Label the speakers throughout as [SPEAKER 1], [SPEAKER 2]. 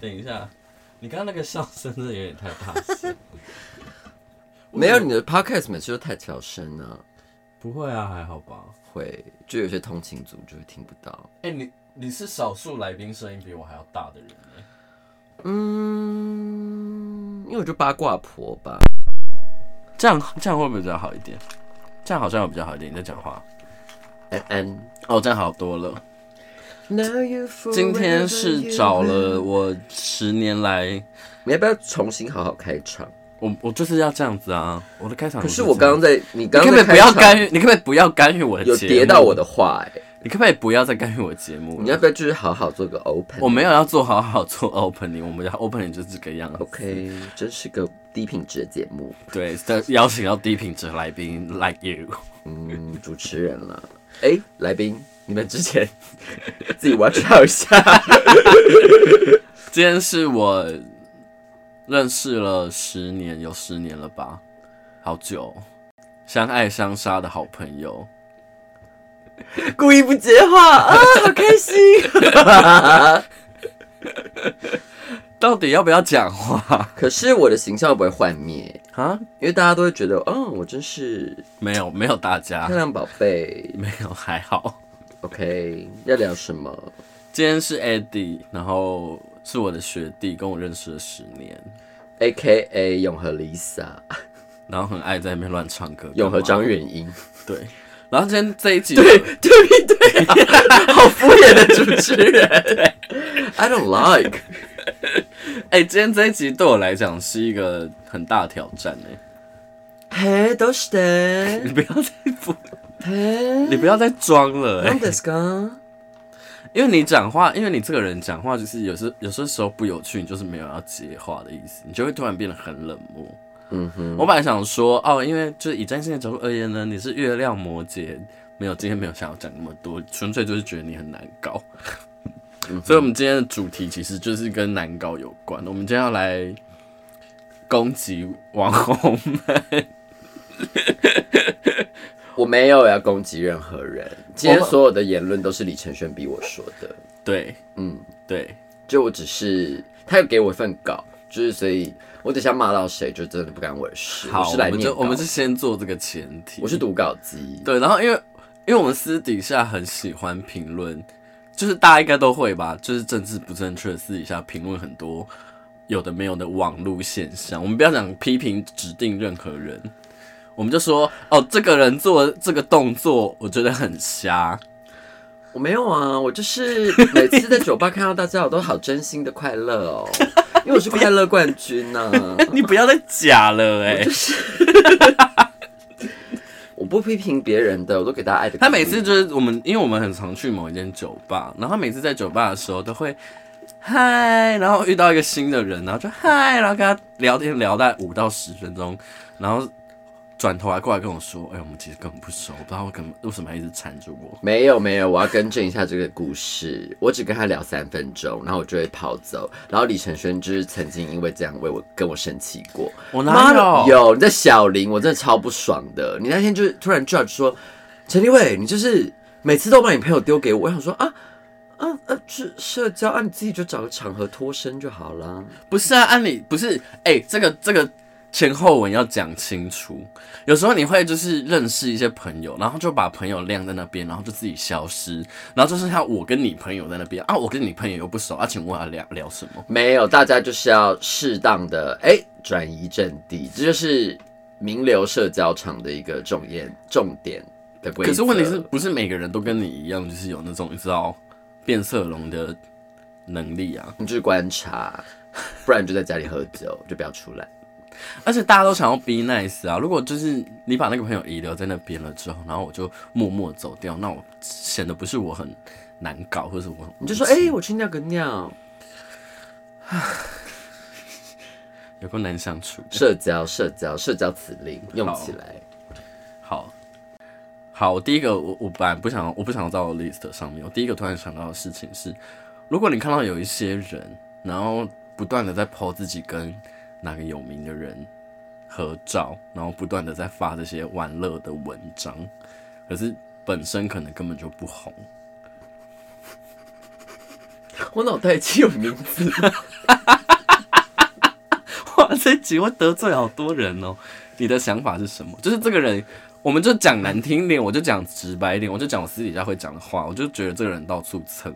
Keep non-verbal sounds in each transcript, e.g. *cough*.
[SPEAKER 1] 等一下，你刚刚那个笑声真的有点太大 *laughs* 声。
[SPEAKER 2] 没有你的 podcast 每次都太小声了，
[SPEAKER 1] 不会啊，还好吧。
[SPEAKER 2] 会就有些通勤族就会听不到。
[SPEAKER 1] 哎、你你是少数来宾声音比我还要大的人哎、
[SPEAKER 2] 嗯，因为我就八卦婆吧。
[SPEAKER 1] 这样这样会不会比较好一点？这样好像有比较好一点。你在讲话
[SPEAKER 2] 安安
[SPEAKER 1] 哦，这样好多了。
[SPEAKER 2] ，Now you forever
[SPEAKER 1] 今天是找
[SPEAKER 2] you
[SPEAKER 1] 了我十年来，
[SPEAKER 2] 你要不要重新好好开场？我
[SPEAKER 1] 我就是要这样子啊。我的开场
[SPEAKER 2] 可
[SPEAKER 1] 就是这
[SPEAKER 2] 我
[SPEAKER 1] 样
[SPEAKER 2] 刚刚在你刚
[SPEAKER 1] 你可不可
[SPEAKER 2] 刚
[SPEAKER 1] 以
[SPEAKER 2] 在
[SPEAKER 1] 不要
[SPEAKER 2] 开场
[SPEAKER 1] 干预？你可不可以不要干预我的节目？
[SPEAKER 2] 有跌到我的话哎、
[SPEAKER 1] 你可不可以不要再干预我的节目了？
[SPEAKER 2] 你要不要就是好好做个 open？
[SPEAKER 1] 我没有要做好好做 opening，我们要 opening 就是这个样子。
[SPEAKER 2] OK，真是个低品质的节目。
[SPEAKER 1] 对，但邀请到低品质来宾 like you，
[SPEAKER 2] 嗯，主持人了。哎、来宾，你们之前 *laughs* 自己 watch out 一下。
[SPEAKER 1] 今天是我认识了十年，有十年了吧，好久，相爱相杀的好朋友。
[SPEAKER 2] 故意不接话啊，好开心。 *laughs*
[SPEAKER 1] 到底要不要讲话
[SPEAKER 2] *laughs* 可是我的形象会不会幻灭，
[SPEAKER 1] 啊？
[SPEAKER 2] 因为大家都会觉得，嗯、我真是
[SPEAKER 1] 没有，没有大家 *laughs*
[SPEAKER 2] 漂，亮宝贝。
[SPEAKER 1] 没有还好。
[SPEAKER 2] OK，要聊什么？
[SPEAKER 1] 今天是 Eddie，然后是我的学弟，跟我认识了十年，
[SPEAKER 2] A K A 永和 Lisa，
[SPEAKER 1] 然后很爱在那边乱唱歌。
[SPEAKER 2] 永和
[SPEAKER 1] 干嘛
[SPEAKER 2] 张远英，
[SPEAKER 1] 对，然后今天这一集
[SPEAKER 2] *laughs* 对对对，好敷衍的主持 *laughs* 人，I don't like。
[SPEAKER 1] 哎、今天这一集对我来讲是一个很大的挑战哎、
[SPEAKER 2] 嘿，都是
[SPEAKER 1] 你
[SPEAKER 2] 的，
[SPEAKER 1] 不要再不，
[SPEAKER 2] 嘿，
[SPEAKER 1] 你不要再装了哎、
[SPEAKER 2] *laughs* 何ですか？
[SPEAKER 1] 因为你讲话，因为你这个人讲话就是有时有些时候不有趣，你就是没有要接话的意思，你就会突然变得很冷漠。
[SPEAKER 2] 嗯哼，
[SPEAKER 1] 我本来想说哦，因为就是以占星的角度而言呢，你是月亮摩羯，没有今天没有想要讲那么多，纯粹就是觉得你很难搞。
[SPEAKER 2] 嗯
[SPEAKER 1] 所以，我们今天的主题其实就是跟难搞有关。我们今天要来攻击网红 *laughs*
[SPEAKER 2] 我没有要攻击任何人，今天所有的言论都是李承铉逼我说的。
[SPEAKER 1] 对，
[SPEAKER 2] 嗯，
[SPEAKER 1] 对，
[SPEAKER 2] 就我只是他有给我一份稿，就是所以我等一下骂到谁，就真的不干我的事。
[SPEAKER 1] 好，
[SPEAKER 2] 我
[SPEAKER 1] 我
[SPEAKER 2] 是来
[SPEAKER 1] 们
[SPEAKER 2] 念
[SPEAKER 1] 就
[SPEAKER 2] 稿，
[SPEAKER 1] 我们是先做这个前提。
[SPEAKER 2] 我是读稿机。
[SPEAKER 1] 对，然后因为因为我们私底下很喜欢评论，就是大家应该都会吧，就是政治不正确，私底下评论很多有的没有的网络现象。我们不要讲批评指定任何人，我们就说哦，这个人做这个动作，我觉得很瞎。
[SPEAKER 2] 我没有啊，我就是每次在酒吧看到大家，我都好真心的快
[SPEAKER 1] *laughs*
[SPEAKER 2] 乐哦，因为我是快乐冠军啊呢、
[SPEAKER 1] 你不要再假了哎、
[SPEAKER 2] 我不批评别人的，我都给大家爱的鼓励。
[SPEAKER 1] 他每次就是我们，因为我们很常去某一间酒吧，然后他每次在酒吧的时候都会嗨，然后遇到一个新的人，然后就嗨，然后跟他聊天聊大概五到十分钟，然后转头还过来跟我说：“哎、我们其实根本不熟，不知道为什么为什么还一直缠住我。
[SPEAKER 2] 没有没有，我要更正一下这个故事。我只跟他聊三分钟，然后我就会跑走。然后李承轩就是曾经因为这样为我跟我生气过。”
[SPEAKER 1] 我哪
[SPEAKER 2] 妈的，
[SPEAKER 1] 有？
[SPEAKER 2] 有你在小林，我真的超不爽的。你那天就是突然 judge 说，陈立伟，你就是每次都把你朋友丢给我，我想说啊。啊啊，社社交啊，你自己就找个场合脱身就好啦。
[SPEAKER 1] 不是啊，按理不是哎、这个这个前后文要讲清楚。有时候你会就是认识一些朋友，然后就把朋友晾在那边，然后就自己消失，然后就剩下我跟你朋友在那边啊，我跟你朋友又不熟啊，请问要聊聊什么？
[SPEAKER 2] 没有，大家就是要适当的哎转移阵地，这就是名流社交场的一个重点重点的规则。
[SPEAKER 1] 可是问题是不是每个人都跟你一样，就是有那种你知道变色龙的能力啊？
[SPEAKER 2] 你就是观察，不然你就在家里喝酒，就不要出来。
[SPEAKER 1] 而且大家都想要 be nice 啊。如果就是你把那个朋友遗留在那边了之后，然后我就默默走掉，那我显得不是我很难搞，或者我很
[SPEAKER 2] 你就说
[SPEAKER 1] 无情
[SPEAKER 2] 哎、我去尿个尿，
[SPEAKER 1] 有够难相处。
[SPEAKER 2] 社交社交社交辞令用起来。
[SPEAKER 1] 好，好，第一个我我本来不想，我不想到 list 上面。我第一个突然想到的事情是，如果你看到有一些人，然后不断的在 po 自己跟哪个有名的人合照，然后不断的在发这些玩乐的文章，可是本身可能根本就不红，
[SPEAKER 2] 我脑袋已经有名字，
[SPEAKER 1] *laughs* 哇，这一集会得罪好多人哦。你的想法是什么？就是这个人，我们就讲难听一点，我就讲直白一点，我就讲我私底下会讲的话，我就觉得这个人到处蹭。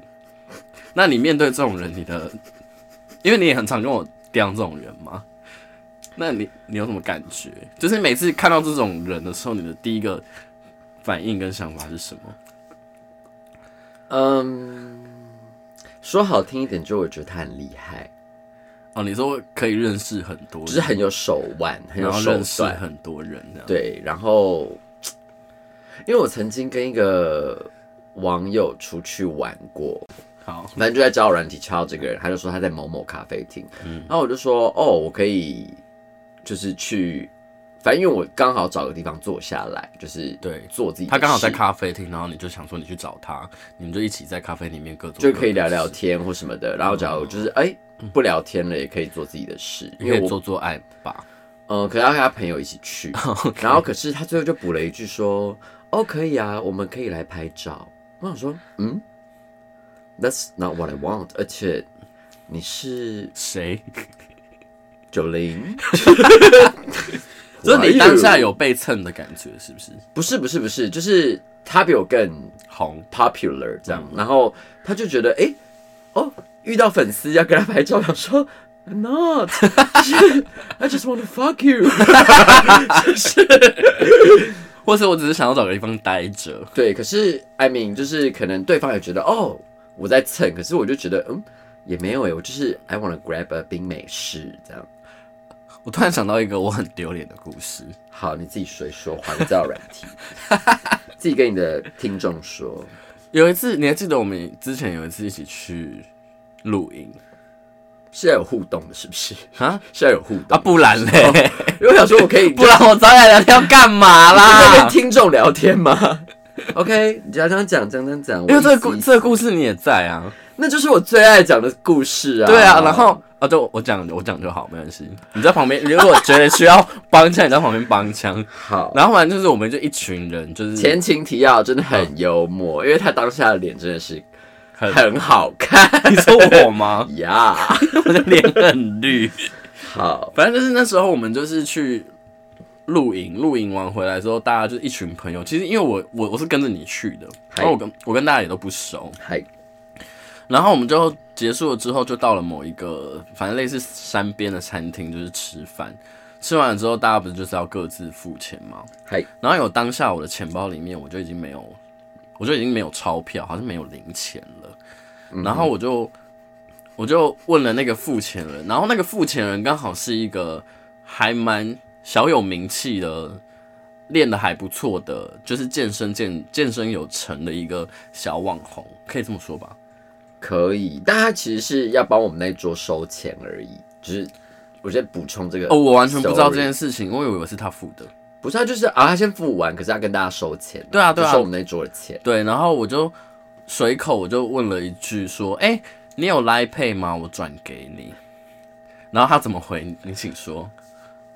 [SPEAKER 1] 那你面对这种人，你的，因为你也很常跟我刁这种人嘛，那你你有什么感觉？就是每次看到这种人的时候，你的第一个反应跟想法是什么？
[SPEAKER 2] 嗯，说好听一点，就我觉得他很厉害，
[SPEAKER 1] 哦，你说可以认识很多人，
[SPEAKER 2] 就是很有手腕，很有
[SPEAKER 1] 然后
[SPEAKER 2] 手
[SPEAKER 1] 认识
[SPEAKER 2] 段，
[SPEAKER 1] 很多人这样。
[SPEAKER 2] 对，然后因为我曾经跟一个网友出去玩过，
[SPEAKER 1] 好，
[SPEAKER 2] 反正就在交友软体敲这个人，他就说他在某某咖啡厅，
[SPEAKER 1] 嗯
[SPEAKER 2] 然后我就说哦，我可以就是去，反正因为我刚好找个地方坐下来，就是
[SPEAKER 1] 对
[SPEAKER 2] 做自己的事，
[SPEAKER 1] 他刚好在咖啡厅，然后你就想说你去找他，你们就一起在咖啡里面各做
[SPEAKER 2] 就
[SPEAKER 1] 各
[SPEAKER 2] 可以
[SPEAKER 1] 的
[SPEAKER 2] 聊聊
[SPEAKER 1] 事，
[SPEAKER 2] 天或什么的，然后假如就是哎、不聊天了，也可以做自己的事，因
[SPEAKER 1] 也可
[SPEAKER 2] 为
[SPEAKER 1] 以
[SPEAKER 2] 我
[SPEAKER 1] 做做爱吧。
[SPEAKER 2] 嗯，可能要跟他朋友一起
[SPEAKER 1] *laughs*
[SPEAKER 2] 去，然后可是他最后就补了一句说：“哦，可以啊，我们可以来拍照。”我想说，嗯，That's not what I want。而且你是 *laughs*
[SPEAKER 1] 谁？
[SPEAKER 2] 九
[SPEAKER 1] *laughs*
[SPEAKER 2] 零，
[SPEAKER 1] 就是你当下有被蹭的感觉，是不是？
[SPEAKER 2] 不是不是不是，就是他比我更
[SPEAKER 1] 红
[SPEAKER 2] popular 这样，
[SPEAKER 1] 嗯
[SPEAKER 2] 然后他就觉得，哎、哦，遇到粉丝要跟他拍照，想说 I'm not，就是 I just want to fuck you *laughs*
[SPEAKER 1] 或是我只是想要找个地方待着，
[SPEAKER 2] 对，可是 I mean，就是可能对方也觉得哦我在蹭，可是我就觉得嗯也没有诶，我就是 I want to grab a 冰美式这样。
[SPEAKER 1] 我突然想到一个我很丢脸的故事。
[SPEAKER 2] 好，你自己说一说，还叫软
[SPEAKER 1] *laughs*
[SPEAKER 2] 体，自己跟你的听众说。
[SPEAKER 1] 有一次，你还记得我们之前有一次一起去露营
[SPEAKER 2] 是要有互动的，是不是？
[SPEAKER 1] 啊？
[SPEAKER 2] 是要有互动哦
[SPEAKER 1] 啊，不然
[SPEAKER 2] *laughs*
[SPEAKER 1] 嘞，
[SPEAKER 2] 因为我想说，我可以
[SPEAKER 1] *laughs* 不然我找你聊天要干嘛
[SPEAKER 2] 我可以跟
[SPEAKER 1] 啦？
[SPEAKER 2] 听众聊天吗啊 *laughs* ？OK，你要这样讲，这样这样讲，我
[SPEAKER 1] 因为这个
[SPEAKER 2] 意思
[SPEAKER 1] 故
[SPEAKER 2] 意思
[SPEAKER 1] 这个故事你也在啊，
[SPEAKER 2] 那就是我最爱讲的故事啊。
[SPEAKER 1] 对啊，然后啊，对我讲我讲就好，没关系。你在旁边，你如果觉得需要帮腔，你在旁边帮腔。 *laughs*
[SPEAKER 2] 好，
[SPEAKER 1] 然后反正就是我们就一群人，就是
[SPEAKER 2] 前情提要真的很幽默，因为他当下的脸真的是
[SPEAKER 1] 很 *laughs*
[SPEAKER 2] 很好看 *laughs*
[SPEAKER 1] 你说我吗？
[SPEAKER 2] 呀。
[SPEAKER 1] 我的脸很绿。
[SPEAKER 2] 好，
[SPEAKER 1] 反正就是那时候我们就是去露营，露营完回来之后，大家就是一群朋友。其实因为我我我是跟着你去的，然后我跟我跟大家也都不熟，
[SPEAKER 2] 嗨，
[SPEAKER 1] 然后我们就结束了之后，就到了某一个反正类似山边的餐厅，就是吃饭。吃完了之后，大家不是就是要各自付钱吗？
[SPEAKER 2] 嗨，
[SPEAKER 1] 然后有当下我的钱包里面我就已经没有，我就已经没有钞票，好像没有零钱了。然后我就我就问了那个付钱人，然后那个付钱人刚好是一个还蛮小有名气的，练的还不错的，就是健身健健身有成的一个小网红，可以这么说吧？
[SPEAKER 2] 可以。但他其实是要帮我们那一桌收钱而已，就是我先补充这个。
[SPEAKER 1] 哦，我完全不知道这
[SPEAKER 2] story
[SPEAKER 1] 件事情，我以为是他付的。
[SPEAKER 2] 不是他就是啊，他先付完，可是他跟大家收钱，
[SPEAKER 1] 对啊对啊
[SPEAKER 2] 就收我们那一桌的钱。
[SPEAKER 1] 对，然后我就随口我就问了一句说：“哎、你有 Line Pay 吗？我转给你。”然后他怎么回？你请说。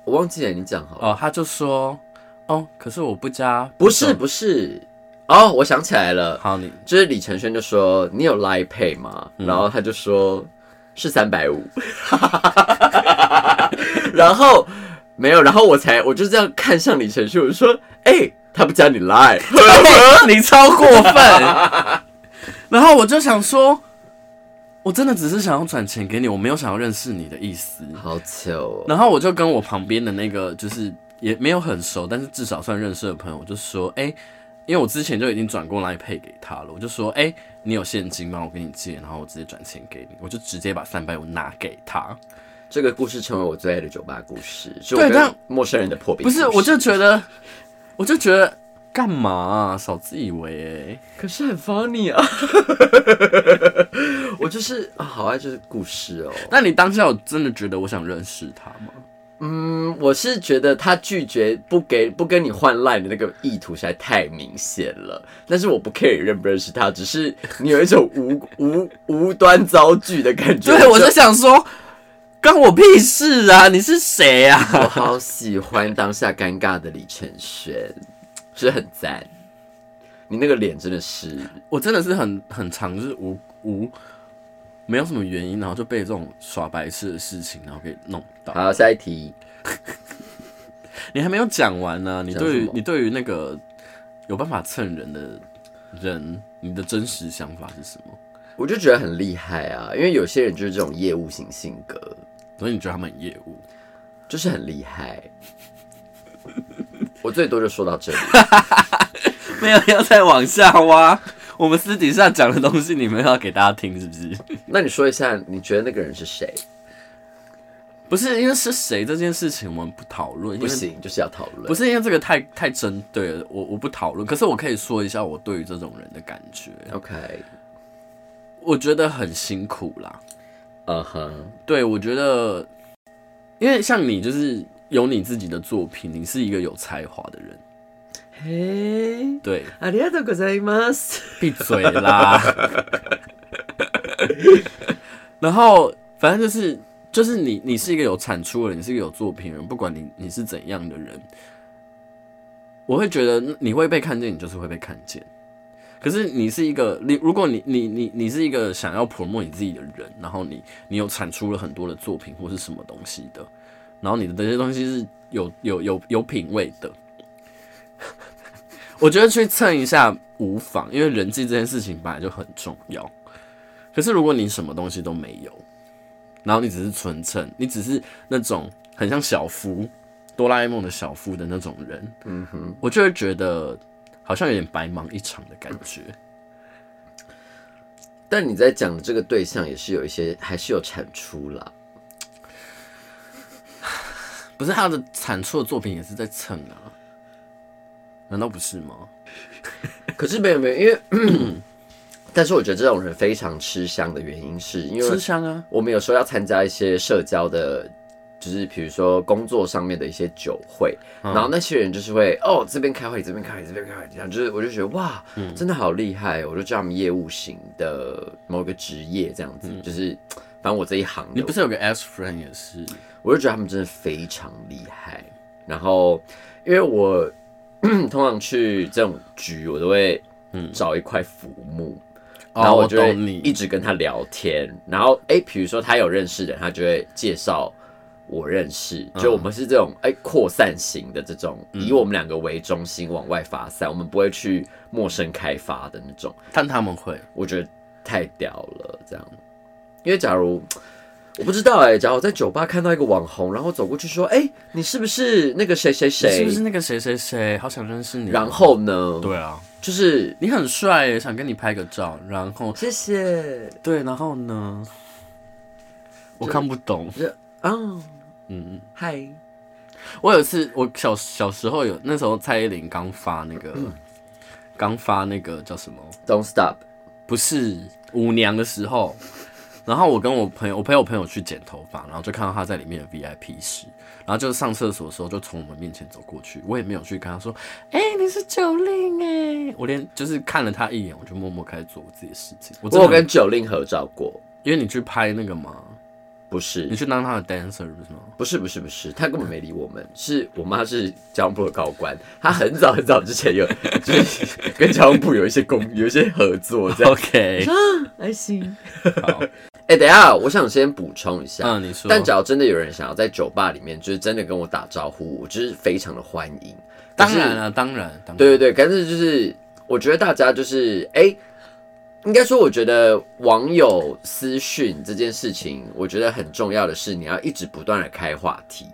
[SPEAKER 2] 我忘记了，你讲好了。
[SPEAKER 1] 哦，他就说：“哦，可是我不加。”
[SPEAKER 2] 不是不是，哦，我想起来
[SPEAKER 1] *laughs*
[SPEAKER 2] 了，
[SPEAKER 1] 好，你
[SPEAKER 2] 就是李承轩就说你有 Line Pay 吗？
[SPEAKER 1] 嗯
[SPEAKER 2] 然后他就说是三百五， *laughs* 然后没有，然后我才我就这样看向李承轩，我就说哎、他不加你 Line， *laughs*
[SPEAKER 1] 啊你超过分。 *laughs* 然后我就想说，我真的只是想要转钱给你，我没有想要认识你的意思。
[SPEAKER 2] 好糗、哦，
[SPEAKER 1] 然后我就跟我旁边的那个，就是也没有很熟，但是至少算认识的朋友，我就说，哎、因为我之前就已经转过来配给他了，我就说，哎、你有现金吗？我给你借，然后我直接转钱给你，我就直接把三百五拿给他。
[SPEAKER 2] 这个故事成为我最爱的酒吧故事，是我
[SPEAKER 1] 对
[SPEAKER 2] 跟
[SPEAKER 1] 但
[SPEAKER 2] 陌生人的破
[SPEAKER 1] 不
[SPEAKER 2] 冰故事。
[SPEAKER 1] 是，我就觉得，我就觉得干嘛啊、少自以为、欸，
[SPEAKER 2] 可是很 funny 啊， *laughs* 我就是啊，好爱这个故事哦。
[SPEAKER 1] 那你当下有真的觉得我想认识他吗？
[SPEAKER 2] 嗯，我是觉得他拒绝不给不跟你换 line 的那个意图实在太明显了，但是我不 care 认不认识他，只是你有一种无无无端遭拒的
[SPEAKER 1] *laughs*
[SPEAKER 2] 感觉。
[SPEAKER 1] 对，我
[SPEAKER 2] 就
[SPEAKER 1] 就想说，关我屁事啊！你是谁啊？
[SPEAKER 2] 我好喜欢当下尴尬的李承轩，是很赞。你那个脸真的是
[SPEAKER 1] 我真的是很很常就是无无没有什么原因，然后就被这种耍白痴的事情，然后给弄到。
[SPEAKER 2] 好，下一题。
[SPEAKER 1] 你还没有讲完呢、你
[SPEAKER 2] 讲什
[SPEAKER 1] 对于
[SPEAKER 2] 么
[SPEAKER 1] 你对于那个有办法蹭人的人，你的真实想法是什么？
[SPEAKER 2] 我就觉得很厉害啊，因为有些人就是这种业务型性格，
[SPEAKER 1] 所以你觉得他们很业务？
[SPEAKER 2] 就是很厉害。我最多就说到这里，
[SPEAKER 1] 没有要再往下挖。我们私底下讲的东西，你们要给大家听，是不是？
[SPEAKER 2] 那你说一下，你觉得那个人是谁？
[SPEAKER 1] 不是因为是谁这件事情，我们不讨论，因
[SPEAKER 2] 不
[SPEAKER 1] 为
[SPEAKER 2] 行，就是要讨论。
[SPEAKER 1] 不是因为这个太太针对了，我我不讨论。可是我可以说一下我对于这种人的感觉，
[SPEAKER 2] OK，
[SPEAKER 1] 我觉得很辛苦啦。
[SPEAKER 2] 嗯哼，
[SPEAKER 1] 对，我觉得，因为像你就是有你自己的作品，你是一个有才华的人，
[SPEAKER 2] 嘿，
[SPEAKER 1] 对，
[SPEAKER 2] ありがとうございます。
[SPEAKER 1] 闭嘴啦。然后反正就是就是你你是一个有产出的人，你是一个有作品的人，不管你你是怎样的人，我会觉得你会被看见，你就是会被看见。可是你是一个你，如果你你你你是一个想要 promote 你自己的人，然后你你有产出了很多的作品或是什么东西的，然后你的这些东西是有有有有品味的，我觉得去蹭一下无妨，因为人际这件事情本来就很重要。可是如果你什么东西都没有，然后你只是纯蹭，你只是那种很像小夫，哆啦 A 梦的小夫的那种人，
[SPEAKER 2] 嗯哼，
[SPEAKER 1] 我就会觉得好像有点白忙一场的感觉。
[SPEAKER 2] 但你在讲的这个对象也是有一些，还是有产出啦。
[SPEAKER 1] 不是他的产出的作品也是在蹭啊，难道不是吗？
[SPEAKER 2] 可是没有没有，因为， *coughs* 但是我觉得这种人非常吃香的原因是，因
[SPEAKER 1] 吃
[SPEAKER 2] 为
[SPEAKER 1] 香啊，
[SPEAKER 2] 我们有时候要参加一些社交的，就是比如说工作上面的一些酒会，
[SPEAKER 1] 嗯
[SPEAKER 2] 然后那些人就是会哦这边开会，这边开会，这边开会，这样就是我就觉得哇，
[SPEAKER 1] 嗯
[SPEAKER 2] 真的好厉害，哦我就叫他们业务型的某个职业这样子，就是反正我这一行的，
[SPEAKER 1] 嗯你不是有个 S friend 也是，
[SPEAKER 2] 我就觉得他们真的非常厉害。然后，因为我 *clears throat* 通常去这种局，我都会
[SPEAKER 1] 嗯
[SPEAKER 2] 找一块浮木，然后
[SPEAKER 1] 哦，我
[SPEAKER 2] 就会
[SPEAKER 1] 懂你，
[SPEAKER 2] 一直跟他聊天。然后，哎，比如说他有认识的人，他就会介绍我认识。就
[SPEAKER 1] 嗯
[SPEAKER 2] 我们是这种哎扩散型的这种，以我们两个为中心往外发散，我们不会去陌生开发的那种。
[SPEAKER 1] 但他们会，
[SPEAKER 2] 我觉得太屌了，这样。因为假如我不知道哎、假如我在酒吧看到一个网红，然后走过去说：“哎、你是不是那个谁谁
[SPEAKER 1] 你是
[SPEAKER 2] 谁
[SPEAKER 1] 不是那个谁谁谁？好想认识？”你哦。
[SPEAKER 2] 然后呢，
[SPEAKER 1] 对啊，
[SPEAKER 2] 就是
[SPEAKER 1] 你很帅耶，想跟你拍个照。然后
[SPEAKER 2] 谢谢
[SPEAKER 1] 对，然后呢？我看不懂。
[SPEAKER 2] 哦，
[SPEAKER 1] 嗯，
[SPEAKER 2] 嗨，
[SPEAKER 1] 我有一次，我小小时候有那时候蔡依林刚发那个，刚发那个叫什么？
[SPEAKER 2] ，Don't stop，
[SPEAKER 1] 不是舞娘的时候，然后我跟我朋友，我陪我朋友去剪头发，然后就看到他在里面的 VIP 室，然后就上厕所的时候就从我们面前走过去，我也没有去跟他说，哎、你是九令哎，我连就是看了他一眼，我就默默开始做我自己的事情。我
[SPEAKER 2] 我
[SPEAKER 1] 真
[SPEAKER 2] 有
[SPEAKER 1] 的很
[SPEAKER 2] 跟九令合照过，
[SPEAKER 1] 因为你去拍那个嘛，
[SPEAKER 2] 不
[SPEAKER 1] 你
[SPEAKER 2] 是。
[SPEAKER 1] 去当他的 dancer 不是吗？
[SPEAKER 2] 不是不是不是，他根本没理我们。是我妈是交通部的高官，她很早很早之前有 *laughs* 就是跟交通部有一些工 *laughs* 有一些合作
[SPEAKER 1] *laughs*
[SPEAKER 2] 这样。
[SPEAKER 1] OK，
[SPEAKER 2] 还行。
[SPEAKER 1] 好，
[SPEAKER 2] 哎、等一下，我想先补充一下，
[SPEAKER 1] 嗯，你说，
[SPEAKER 2] 但只要真的有人想要在酒吧里面，就是真的跟我打招呼，我就是非常的欢迎。
[SPEAKER 1] 当然
[SPEAKER 2] 了，
[SPEAKER 1] 了，当然，当然，
[SPEAKER 2] 对对对，但是就是我觉得大家就是哎、应该说我觉得网友私讯这件事情，我觉得很重要的是你要一直不断的开话题。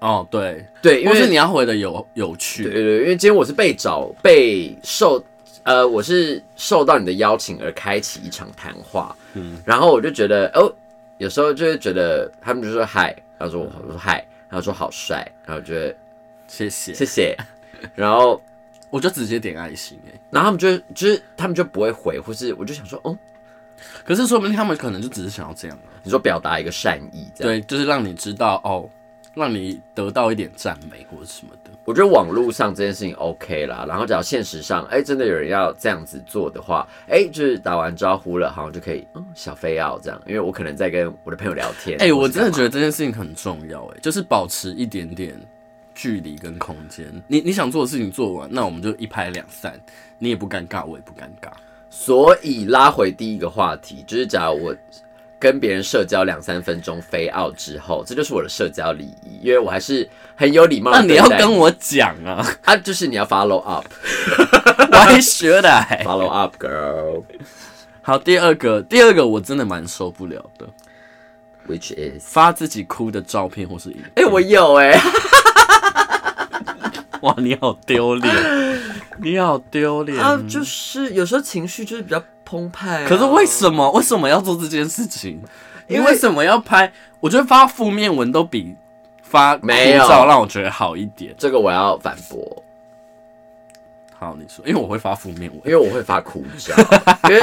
[SPEAKER 1] 哦，对，
[SPEAKER 2] 对，因
[SPEAKER 1] 因为
[SPEAKER 2] 为
[SPEAKER 1] 你要回的有有
[SPEAKER 2] 对
[SPEAKER 1] 趣，
[SPEAKER 2] 对对，因为今天我是被找被受呃，我是受到你的邀请而开启一场谈话，嗯，然后我就觉得哦，有时候就会觉得他们就说嗨，然后说我我说嗨，然后说好帅，然后觉得
[SPEAKER 1] 谢谢，
[SPEAKER 2] 谢谢，然后
[SPEAKER 1] 我就直接点爱心哎、
[SPEAKER 2] 然后他们就就是他们就不会回，或是我就想说哦，
[SPEAKER 1] 可是说不定他们可能就只是想要这样啊，
[SPEAKER 2] 你说表达一个善意这样，
[SPEAKER 1] 对，就是让你知道哦，让你得到一点赞美或者什么的。
[SPEAKER 2] 我觉得网络上这件事情 OK 啦，然后只要现实上，哎、真的有人要这样子做的话，哎、就是打完招呼了，好像就可以，嗯，小飞要这样，因为我可能在跟我的朋友聊天。
[SPEAKER 1] 哎、我真的觉得
[SPEAKER 2] 得，
[SPEAKER 1] 这件事情很重要哎、就是保持一点点距离跟空间。你你想做的事情做完，那我们就一拍两散，你也不尴尬，我也不尴尬。
[SPEAKER 2] 所以拉回第一个话题，就是假如我跟别人社交两三分钟飞 out 之后，这就是我的社交礼仪，因为我还是很有礼貌
[SPEAKER 1] 那
[SPEAKER 2] 的。
[SPEAKER 1] 你要跟我讲啊
[SPEAKER 2] 啊，就是你要 follow up，follow
[SPEAKER 1] ，Why should I？
[SPEAKER 2] up girl，which
[SPEAKER 1] 好，第二个，第二个我真的蛮受不了的， *laughs*
[SPEAKER 2] is，
[SPEAKER 1] 发自己哭的照片或是影
[SPEAKER 2] 哎、我有哎、
[SPEAKER 1] 哇，你好丢脸， *laughs* 你好丢脸。嗯
[SPEAKER 2] 啊，就是有时候情绪就是比较澎湃啊、
[SPEAKER 1] 可是为什么？为什么要做这件事情？
[SPEAKER 2] 因
[SPEAKER 1] 你
[SPEAKER 2] 为
[SPEAKER 1] 为什么要拍？我觉得发负面文都比发哭
[SPEAKER 2] 没有
[SPEAKER 1] 照让我觉得好一点。
[SPEAKER 2] 这个我要反驳，
[SPEAKER 1] 好，你说，因为我会发负面
[SPEAKER 2] 因
[SPEAKER 1] 文。
[SPEAKER 2] 为我会发哭笑， *laughs* 因为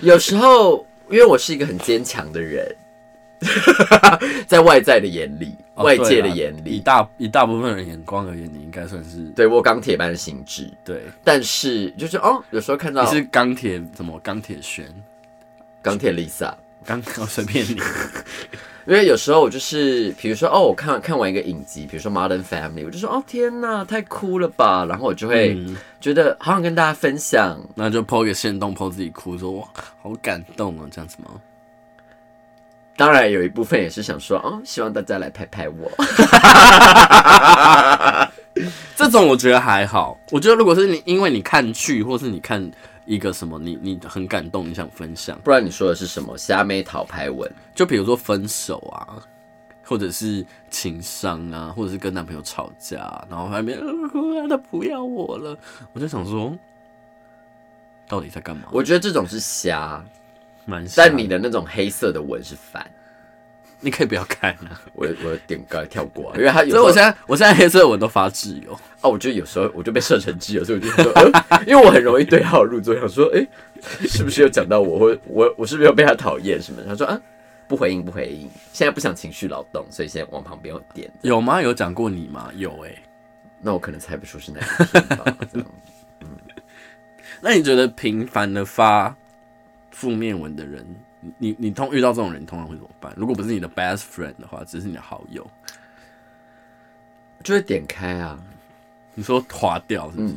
[SPEAKER 2] 有时候因为我是一个很坚强的人， *laughs* 在外在的眼里，
[SPEAKER 1] 哦
[SPEAKER 2] 外界
[SPEAKER 1] 对
[SPEAKER 2] 的
[SPEAKER 1] 啦
[SPEAKER 2] 眼
[SPEAKER 1] 以
[SPEAKER 2] 里，
[SPEAKER 1] 大以大部分人眼光而言，你应该算是
[SPEAKER 2] 对我有钢铁般的心智，
[SPEAKER 1] 对。
[SPEAKER 2] 但是就是哦，有时候看到
[SPEAKER 1] 你是钢铁什么？钢铁轩，
[SPEAKER 2] 钢铁 Lisa，
[SPEAKER 1] 钢我随便你。
[SPEAKER 2] 因为有时候我就是，比如说哦，我看看完一个影集，比如说《Modern Family》，我就说哦天呐，太哭了吧，然后我就会
[SPEAKER 1] 嗯
[SPEAKER 2] 觉得好想跟大家分享，
[SPEAKER 1] 那就 PO 个线动，PO 自己哭，说哇，好感动哦，这样子吗？
[SPEAKER 2] 当然有一部分也是想说哦，希望大家来拍拍我，
[SPEAKER 1] 这种我觉得还好。我觉得如果是你，因为你看剧，或是你看一个什么，你你很感动，你想分享，
[SPEAKER 2] 不然你说的是什么虾妹讨拍文？
[SPEAKER 1] 就比如说分手啊，或者是情伤啊，或者是跟男朋友吵架啊、然后还没、呃、他不要我了，我就想说，到底在干嘛？
[SPEAKER 2] 我觉得这种是瞎，
[SPEAKER 1] 蛮瞎的，
[SPEAKER 2] 但你的那种黑色的文是反。
[SPEAKER 1] 你可以不要看啊。
[SPEAKER 2] 我我点开跳过啊、因为他有时
[SPEAKER 1] 所以
[SPEAKER 2] 候
[SPEAKER 1] 我现在我现在黑色文都发自由，
[SPEAKER 2] 哦，我觉得有时候我就被设成基友，所以我就想说， *laughs* 呃、因为我很容易对号入座，想说，哎、是不是有讲到我，或我我是不是又被他讨厌什么的？他说啊，不回应，不回应，现在不想情绪劳动，所以现在往旁边点。
[SPEAKER 1] 有吗？有讲过你吗？有欸诶、
[SPEAKER 2] 那我可能猜不出是哪一篇吧。这样
[SPEAKER 1] 那你觉得频繁的发负面文的人，你你你通遇到这种人，通常会怎么办？如果不是你的 best friend 的话，只是你的好友，
[SPEAKER 2] 就会点开啊，
[SPEAKER 1] 你说划掉是不是？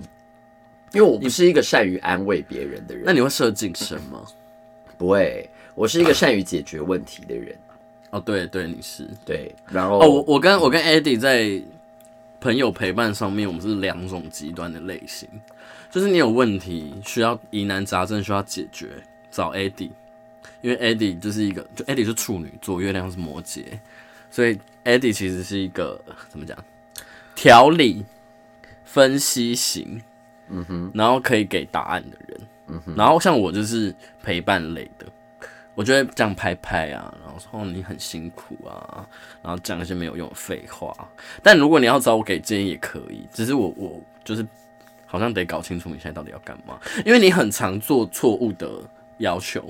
[SPEAKER 2] 因为我不是一个善于安慰别人的人，
[SPEAKER 1] 那你会设晋升吗？
[SPEAKER 2] 不会，我是一个善于解决问题的人。
[SPEAKER 1] 哦，对对，你是。
[SPEAKER 2] 对，然后
[SPEAKER 1] 哦，我我跟我跟 Eddie 在朋友陪伴上面，我们是两种极端的类型，就是你有问题需要疑难杂症需要解决，找 Eddie，因为 Eddie 就是一个，就 Eddie 是处女座，月亮是摩羯，所以 Eddie 其实是一个怎么讲，条理分析型，嗯哼，然后可以给答案的人，嗯哼，然后像我就是陪伴类的。我就会这样拍拍啊，然后说、哦、你很辛苦啊，然后讲一些没有用的废话。但如果你要找我给建议也可以，只是我我就是好像得搞清楚你现在到底要干嘛，因为你很常做错误的要求，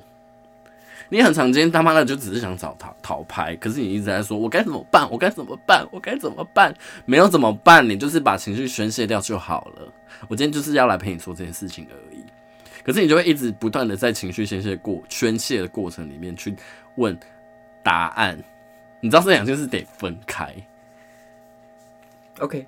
[SPEAKER 1] 你很常今天他妈的就只是想找讨讨拍，可是你一直在说我该怎么办，我该怎么办，我该怎么办，没有怎么办，你就是把情绪宣泄掉就好了。我今天就是要来陪你做这件事情而已。可是你就会一直不断的在情绪宣泄过宣泄的过程里面去问答案，你知道这两件事得分开。
[SPEAKER 2] OK，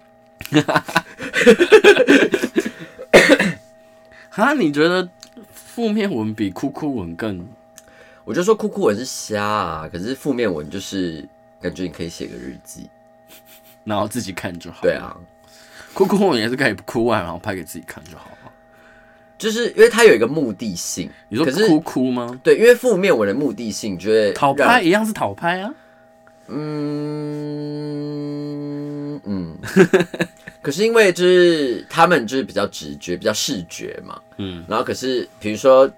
[SPEAKER 1] 哈，你觉得负面文比哭哭文更？
[SPEAKER 2] 我就说哭哭文是瞎啊，可是负面文就是感觉你可以写个日记。
[SPEAKER 1] 然后自己看就好。
[SPEAKER 2] 对，啊，
[SPEAKER 1] 哭哭文也是可以哭完，然后拍给自己看就好了。
[SPEAKER 2] 就是因为它有一个目的性。
[SPEAKER 1] 你说
[SPEAKER 2] 可是
[SPEAKER 1] 哭哭吗？
[SPEAKER 2] 对，因为负面文的目的性就会
[SPEAKER 1] 讨
[SPEAKER 2] 让
[SPEAKER 1] 拍，一样是讨拍啊。
[SPEAKER 2] 嗯嗯。 *laughs* 可是因为就是他们就是比较直觉、比较视觉嘛，嗯
[SPEAKER 1] 嗯。
[SPEAKER 2] 然后可是比如说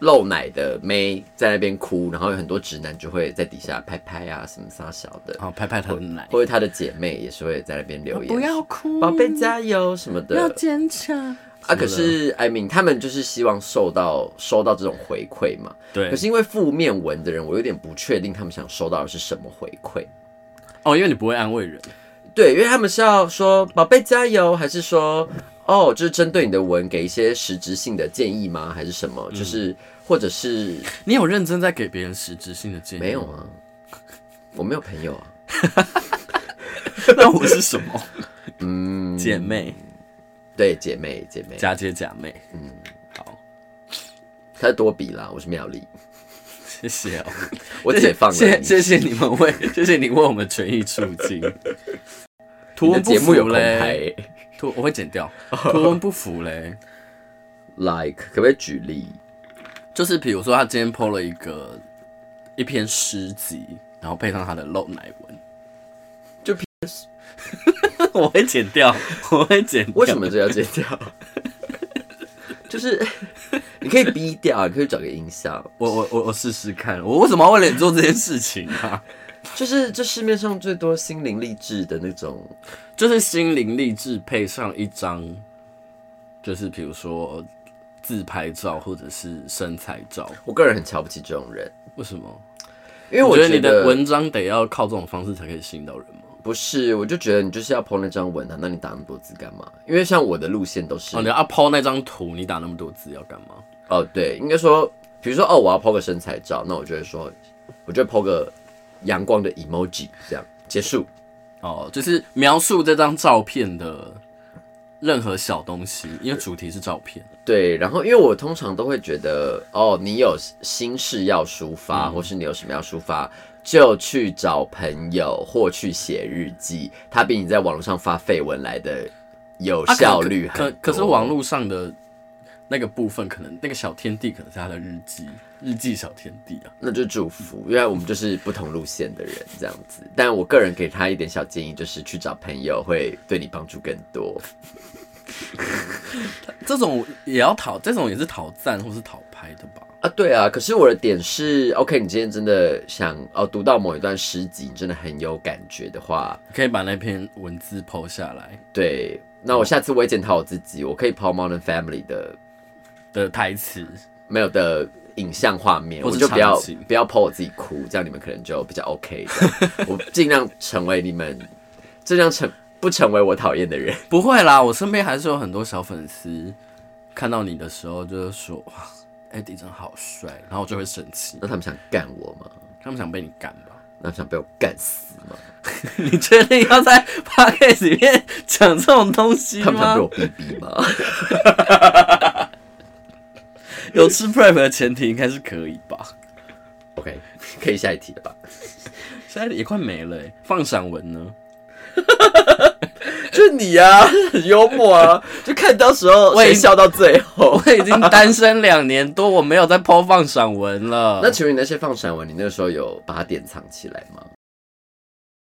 [SPEAKER 2] 露奶的妹在那边哭，然后有很多直男就会在底下拍拍啊什么撒小的，
[SPEAKER 1] 好，拍拍他的奶。
[SPEAKER 2] 或者他的姐妹也是会在那边留言，
[SPEAKER 1] 不要哭，
[SPEAKER 2] 宝贝，加油什么
[SPEAKER 1] 要
[SPEAKER 2] 的。
[SPEAKER 1] 坚强。
[SPEAKER 2] 啊，可是 I mean，他们就是希望受到收到这种回馈嘛。
[SPEAKER 1] 对
[SPEAKER 2] 可，是因为负面文的人，我有点不确定他们想收到的是什么回馈。
[SPEAKER 1] 哦，因为你不会安慰人，
[SPEAKER 2] 对，因为他们是要说“宝贝加油”，还是说“哦”，就是针对你的文给一些实质性的建议吗？还是什么？就是、
[SPEAKER 1] 嗯
[SPEAKER 2] 或者是
[SPEAKER 1] 你有认真在给别人实质性的建议？
[SPEAKER 2] 没有，啊？我没有朋友啊。
[SPEAKER 1] *laughs* 那我是什么？嗯，姐妹，
[SPEAKER 2] 对，姐妹姐妹，
[SPEAKER 1] 假姐假妹。嗯，好，
[SPEAKER 2] 她是多比啦，我是妙丽。
[SPEAKER 1] 谢谢哦，
[SPEAKER 2] 我解放了
[SPEAKER 1] 谢谢
[SPEAKER 2] 你
[SPEAKER 1] 谢谢你们为， *laughs* 谢谢你为我们权益出
[SPEAKER 2] *laughs*
[SPEAKER 1] 镜。图
[SPEAKER 2] 你的
[SPEAKER 1] 文不
[SPEAKER 2] 节目
[SPEAKER 1] 符
[SPEAKER 2] 有空
[SPEAKER 1] 嘞，
[SPEAKER 2] 拍
[SPEAKER 1] 图我会剪掉。 *laughs* 图文不符嘞，
[SPEAKER 2] ，like 可不可以举例？
[SPEAKER 1] 就是比如说他今天 PO 了一个一篇诗集，然后配上他的露奶文，
[SPEAKER 2] 就
[SPEAKER 1] *laughs* 我会剪掉，我会剪掉。
[SPEAKER 2] 为什么这要剪掉？ *laughs* 就是 *laughs* 你可以逼掉，你可以找个音效。
[SPEAKER 1] 我我我我试试看，我为什么要为了你做这件事情啊？
[SPEAKER 2] 就是这市面上最多心灵励志的那种，
[SPEAKER 1] 就是心灵励志配上一张，就是比如说自拍照或者是身材照，
[SPEAKER 2] 我个人很瞧不起这种人，
[SPEAKER 1] 为什么？
[SPEAKER 2] 因为
[SPEAKER 1] 我
[SPEAKER 2] 我
[SPEAKER 1] 觉得你的文章得要靠这种方式才可以吸引到人吗？
[SPEAKER 2] 不是，我就觉得你就是要 PO 那张文啊，那你打那么多字干嘛？因为像我的路线都是
[SPEAKER 1] 哦，你要抛那张图，你打那么多字要干嘛？
[SPEAKER 2] 哦，对，应该说，比如说哦，我要 PO 个身材照，那我就会说，我就会 PO 个阳光的 emoji，这样结束。
[SPEAKER 1] 哦，就是描述这张照片的任何小东西，因为主题是照片。
[SPEAKER 2] 对，然后因为我通常都会觉得，哦，你有心事要抒发，
[SPEAKER 1] 嗯
[SPEAKER 2] 或是你有什么要抒发，就去找朋友或去写日记，它比你在网络上发绯闻来的有
[SPEAKER 1] 啊可
[SPEAKER 2] 效率很
[SPEAKER 1] 可可是
[SPEAKER 2] 多
[SPEAKER 1] 网络上的那个部分，可能那个小天地可能是他的日记，日记小天地啊。
[SPEAKER 2] 那就祝福，因为我们就是不同路线的人这样子。但我个人给他一点小建议，就是去找朋友会对你帮助更多。
[SPEAKER 1] 这种也要讨，这种也是讨赞或是讨拍的吧？
[SPEAKER 2] 啊，对啊，可是我的点是，OK，你今天真的想哦，读到某一段诗集，你真的很有感觉的话，
[SPEAKER 1] 可以把那篇文字剖下来
[SPEAKER 2] 对，那我下次我也检讨我自己，我可以抛 Modern Family 的
[SPEAKER 1] 的台词，
[SPEAKER 2] 没有的影像画面，
[SPEAKER 1] 或
[SPEAKER 2] 我
[SPEAKER 1] 是
[SPEAKER 2] 就不要
[SPEAKER 1] 场景
[SPEAKER 2] 不要抛我自己哭，这样你们可能就比较 OK 的。我尽量成为你们，尽量成不成为我讨厌的人。
[SPEAKER 1] 不会啦，我身边还是有很多小粉丝看到你的时候就是说哇，艾迪真好帅，然后我就会生气，
[SPEAKER 2] 那他们想干我吗？
[SPEAKER 1] 他们想被你干吧。
[SPEAKER 2] 那他们想被我干死吗？
[SPEAKER 1] *laughs* 你确定要 *laughs* 在 podcast 里面讲这种东西
[SPEAKER 2] *laughs* 他们想
[SPEAKER 1] 吗
[SPEAKER 2] 被？我逼逼吗？
[SPEAKER 1] 有吃 prep 的前提应该是可以吧？
[SPEAKER 2] OK，可以下一题 *laughs* 了吧？
[SPEAKER 1] 现在也快没了、欸，放散文呢？
[SPEAKER 2] 就你啊，很幽默啊，就看到时候
[SPEAKER 1] 喂
[SPEAKER 2] 谁笑到最 *laughs* 后。
[SPEAKER 1] *laughs* 我已经单身两年多，我没有在抛放散文了 *laughs*
[SPEAKER 2] 那。请问你那些放闪文，你那个时候有把它典藏起来吗？